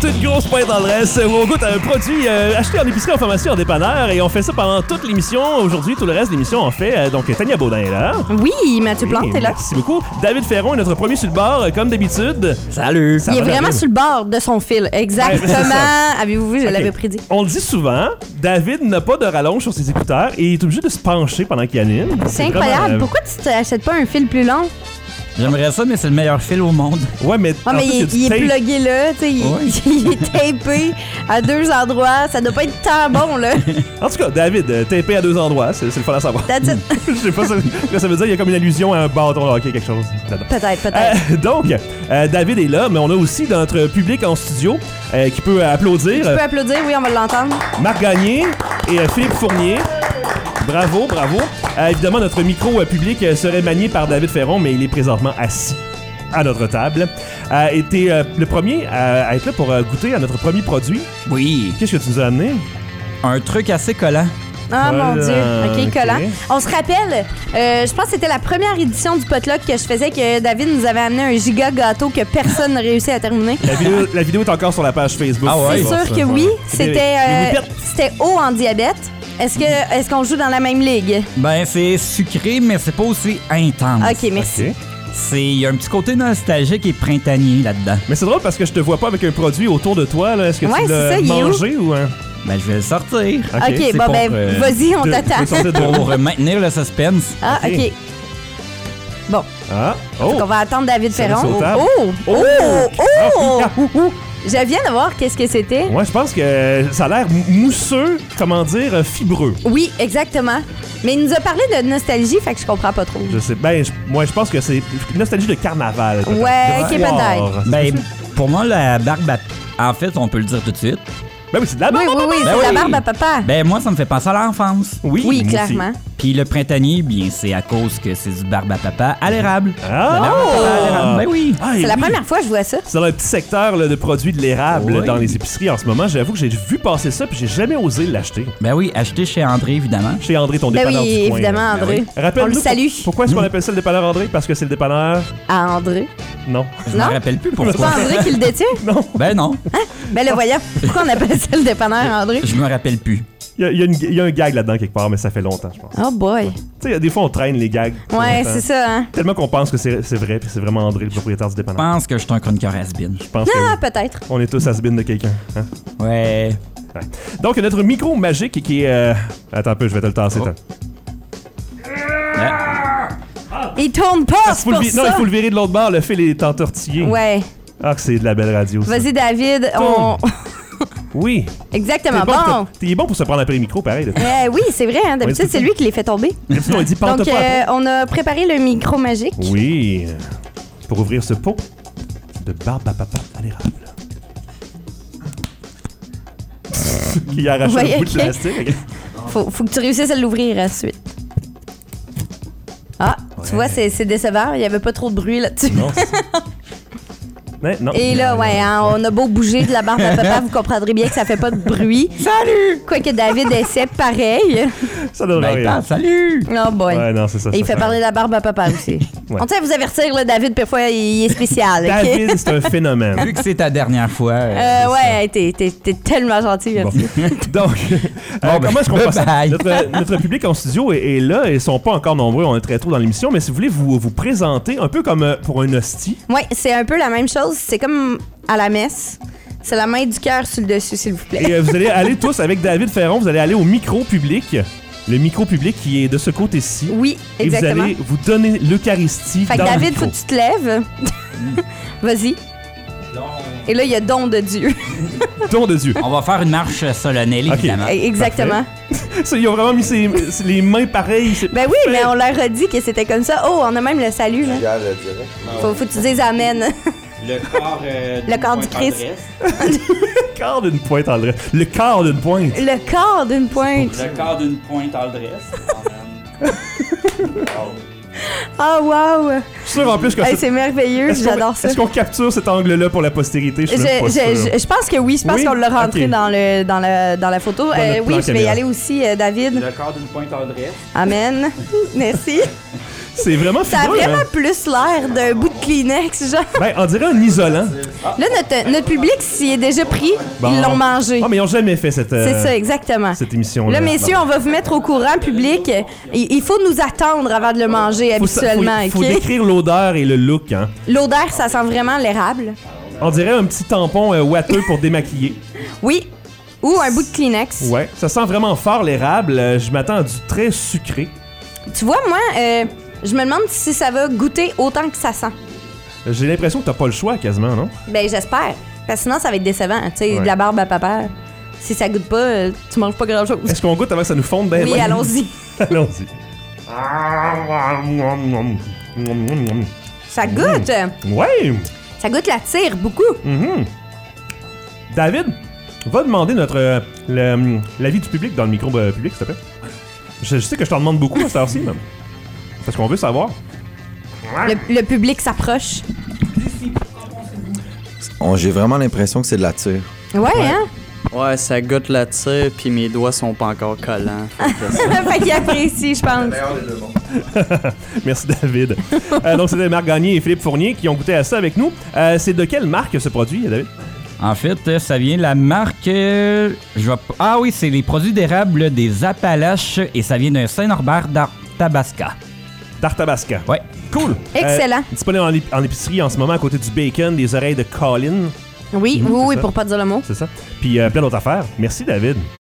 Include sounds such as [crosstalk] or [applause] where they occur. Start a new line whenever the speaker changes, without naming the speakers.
toute une grosse pointe d'adresse où on goûte à un produit euh, acheté en épicerie, en pharmacie, en dépanneur et on fait ça pendant toute l'émission. Aujourd'hui, tout le reste de l'émission en fait. Euh, Donc, Tania Baudin est là.
Oui, Mathieu Plante
Ah Oui,
est là.
Merci beaucoup. David Ferron est notre premier sur le bord, euh, comme d'habitude.
Salut!
Ça
Il est
va,
vraiment
David?
sur le bord de son fil.
c'est
Exactement. Avez-vous vu, je
Ok.
l'avais prédit.
On le dit souvent, David n'a pas de rallonge sur ses écouteurs et il est obligé de se pencher pendant qu'il anime.
C'est
vraiment,
incroyable.
euh,
Pourquoi tu t'achètes pas un fil plus long?
J'aimerais ça, mais c'est le meilleur fil au monde.
Ouais, mais,
Ouais,
en
Ah, mais
plus,
il,
y
il
a
est
du tape.
plugué là, tu sais, il,
Ouais.
[laughs] il est tapé à deux endroits. Ça doit pas être tant bon, là.
En tout cas, David, euh, tapé à deux endroits, c'est c'est le fun à savoir.
That's it.
[laughs] Je sais pas ce que ça veut dire, il y a comme une allusion à un bâton de hockey, quelque chose. là-dedans.
Peut-être, peut-être.
Euh, [laughs] donc, euh, David est là, mais on a aussi notre public en studio euh, qui peut applaudir. Euh,
Tu peux applaudir, oui, on va l'entendre.
Marc Gagné et euh, Philippe Fournier. Bravo, bravo. Euh, évidemment, notre micro euh, public euh, serait manié par David Ferron, mais il est présentement assis à notre table. Euh, et t'es euh, le premier à, à être là pour euh, goûter à notre premier produit.
Oui.
Qu'est-ce que tu nous as amené?
Un truc assez collant.
Ah mon Dieu,
Voilà,
ok,
ok.
collant. On se rappelle, euh, je pense que c'était la première édition du potluck que je faisais que David nous avait amené un giga gâteau que personne n'a réussi à terminer.
[laughs]
La vidéo, la vidéo est encore sur la page Facebook. Eh
Ah ouais?
C'est
Voir
sûr
ça,
que
voir.
oui,
Des- des
c'était euh,
whippets.
c'était haut en diabète. Est-ce que est-ce qu'on joue dans la même ligue
Ben, c'est sucré, mais c'est pas aussi intense.
Ok, merci.
Ok.
C'est, il y a un petit côté nostalgique et printanier là-dedans.
Mais c'est drôle parce que je te vois pas avec un produit autour de toi. là. Est-ce que
Ouais,
tu
c'est ça,
l'as
il est où?
mangé ou un.
Ben, je vais le sortir.
Ok,
Ok,
c'est
bon
pour,
ben
euh,
vas-y, on
deux-
t'attend.
deux sorties de-
[laughs]
Pour euh, maintenir le suspense.
Ah ok.
ok.
Bon,
Ah,
donc
oh!
on va attendre David
Ça reste
Ferron.
au table.
Oh oh
Ah,
oh!
ah, ouh, ouh.
Je viens de voir qu'est-ce que c'était.
Ouais, je pense que ça a l'air mou- mousseux, comment dire, euh, fibreux.
Oui, exactement. Mais il nous a parlé de nostalgie, fait que je comprends pas trop.
Je sais, ben, je- moi, je pense que c'est une nostalgie de carnaval. peut-être.
Ouais,
De
ok,
foire. C'est
Ben,
possible.
pour moi, la barbe à... En fait, on peut le dire tout de suite.
ben oui, c'est de la
Oui,
barbe.
oui, oui,
Ben
c'est la
oui.
barbe à papa.
Ben, moi, ça me fait penser à l'enfance.
Oui,
oui,
moi
clairement.
aussi.
Puis le printanier, bien, c'est à cause que c'est du barbe à papa à l'érable. La barbe à papa à
Ah!
l'érable, Ben oui.
Ah, et
C'est la
oui.
première fois que je vois ça.
C'est dans un petit secteur là, de produits de l'érable
Oui.
dans les épiceries en ce moment. J'avoue que j'ai vu passer ça puis j'ai jamais osé l'acheter.
Ben oui, acheté chez André, évidemment.
Chez André, ton
Ben
dépanneur
oui,
du coin. euh,
évidemment,
là.
André.
Rappelle-nous
On le
pour-
salue.
Pourquoi est-ce qu'on appelle ça le dépanneur André? Parce que c'est le dépanneur...
À André.
Non. [laughs]
Je me
Non?
rappelle plus
C'est pas
pourquoi.
André qui le détient?
Ben non,
Ben le voyons. Pourquoi on appelle ça le dépanneur André?
je me rappelle plus.
Il y, a- il y a une- il y a un gag là-dedans quelque part, mais ça fait longtemps, je pense.
Oh boy.
Tu sais, des fois, on traîne les gags. sur
Ouais,
longtemps.
c'est ça, hein?
Tellement qu'on pense que c'est c'est vrai, puis c'est vraiment André, le propriétaire du
Je
dépanneur.
pense que je suis un chroniqueur has
Je pense que
Ah,
oui.
peut-être.
on est tous has-been de quelqu'un. hein.
Ouais. Ben,
Ouais. Donc, notre micro magique qui est. euh, Attends un peu, je vais te le tasser.
Oh.
attends.
Il tourne pas, c'est
Ah, Faut le
pour
vi- non, il
ça.
faut le virer de l'autre bord, le fil est entortillé.
Ouais.
Ah, que c'est de la belle radio. ça.
Vas-y, David. On...
Oui. T'es
[laughs] Exactement.
bon,
Ah, Bon.
t'es- t'es bon pour se prendre après le micro, pareil. là.
Eh oui, c'est vrai, hein?
Ouais,
D'habitude,
c'est
c'est lui qui les fait tomber.
D'habitude, on dit pente
Donc,
pas après.
euh, on a préparé le micro magique.
Oui. Pour ouvrir ce pot de barbe à papa à l'érable. Qui a arraché
Ouais,
le bout
ok.
de plastique.
Faut, faut que tu réussisses à l'ouvrir ensuite. Ah, tu
Ouais.
vois, c'est c'est décevant. Il n'y avait pas trop de bruit là-dessus.
Non. c'est- Mais non.
[laughs] Et là, ouais, hein, on a beau bouger de la barbe à papa, vous comprendrez bien que ça fait pas de bruit. Salut! Quoique David essaie pareil.
Ça donne
Ben
rien.
attends, salut!
Oh boy.
Ouais, non, c'est ça.
Et il
ça,
fait
ça.
parler de la barbe
[laughs]
à papa aussi.
Ouais.
On tient à vous avertir, là, David, parfois, il est spécial. ok?
David, c'est un phénomène.
Vu que c'est ta dernière fois. euh,
Euh,
c'est
ouais, t'es, t'es- t'es tellement gentil.
ça.
merci.
Bon. [laughs]
Donc, euh,
ben,
comment est-ce qu'on passe
bye-bye.
notre, euh, notre public en studio est, est là et ils sont pas encore nombreux, on est très tôt dans l'émission, mais si vous voulez vous, vous présenter un peu comme euh, pour un hostie,
Ouais, c'est un peu la même chose. C'est comme à la messe. C'est la main du cœur sur le dessus, s'il vous plaît.
et euh, vous allez aller tous avec David Ferron, vous allez aller au micro public, le micro public qui est de ce côté-ci,
Oui,
et vous
exactement.
allez vous donner l'Eucharistie
Fait que
dans le
David,
micro.
faut que tu te lèves. [laughs] Vas-y. Et là, il y a don de Dieu.
Don de Dieu.
On va faire une marche solennelle,
Ok.
évidemment.
[laughs] Exactement.
Ça, Ils ont vraiment mis ses- ses- les mains pareilles. c'est-
Ben oui, mais on leur a dit que c'était comme ça. Oh, on a même le salut, là. Faut, faut que tu dises Amen. [laughs]
Le corps, euh,
Le corps du Christ.
Le quart d'une pointe, André. Le quart d'une pointe.
Le corps d'une pointe.
corps d'une pointe Euh, à l'adresse.
Oh, wow.
Je suis sûr en plus que
Hey,
ça-
c'est merveilleux.
est-ce qu'on-
J'adore ça.
Est-ce qu'on capture cet angle-là pour la postérité?
Je,
suis même pas sûr.
je- je- je pense que oui, je pense
Oui?
qu'on l'a rentré
Ok.
dans, le, dans, le, dans la photo. Euh,
notre
oui,
plan
je vais y
caméra.
aller aussi, euh, David.
corps d'une pointe à l'adresse.
Amen. [laughs] Merci.
C'est vraiment
Ça a
fidèle, hein?
vraiment plus l'air d'un bout de Kleenex, genre.
Ben, on dirait un isolant.
Là, notre, notre public s'y est déjà pris.
Bon.
Ils l'ont mangé.
Ah, mais ils n'ont jamais fait cette, euh,
C'est ça, exactement.
cette émission-là.
Là, messieurs, on va vous mettre au courant, public. Il, il faut nous attendre avant de le manger,
Faut sa-
habituellement,
faut, faut
OK?
décrire l'odeur et le look. Hein.
L'odeur, ça sent vraiment l'érable.
On dirait un petit tampon euh, ouateux pour [laughs] démaquiller.
Oui. Ou un bout de Kleenex.
Ouais, ça sent vraiment fort l'érable. Euh, je m'attends à du très sucré.
Tu vois, moi, euh, je me demande si ça va goûter autant que ça sent.
J'ai l'impression que t'as pas le choix quasiment, non?
Ben, j'espère. Parce que sinon, ça va être décevant. Tu sais,
Ouais.
de la barbe à papa. Si ça goûte pas, euh, tu manges pas grand-chose.
Est-ce qu'on goûte avant que ça nous fonde ben,
Oui,
ben,
allons-y.
[laughs] allons-y.
Ça
Mm.
goûte. euh,
Ouais!
Ça goûte la tire beaucoup.
Mhm. David, va demander notre euh, le, hum, l'avis du public dans le micro euh, public, s'il te plaît. Je, je sais que je t'en demande beaucoup à cette heure-ci, même. Parce qu'on veut savoir. [laughs]
Le, le public s'approche.
On- J'ai vraiment l'impression que c'est de la tire.
Ouais, hein? [laughs]
Ouais, ça goûte la tire, puis mes doigts sont pas encore collants. Fait que ça-
fait qu'il apprécie, je pense.
Euh, Merci David. Euh, donc c'était Marc Gagné et Philippe Fournier qui ont goûté à ça avec nous. Euh, c'est de quelle marque ce produit, David?
En fait, euh, ça vient de la marque. euh, je vais p- ah oui, c'est les produits d'érable des Appalaches et ça vient d'un Saint-Norbert d'Artabasca.
D'Artabasca.
Ouais.
Cool.
Excellent.
Euh, disponible en, ép- en épicerie en ce moment à côté du bacon, des oreilles de Colin,
Oui, oui,
mm, c'est
oui,
ça.
pour pas dire le mot.
c'est ça? Puis euh, plein d'autres affaires. Merci David.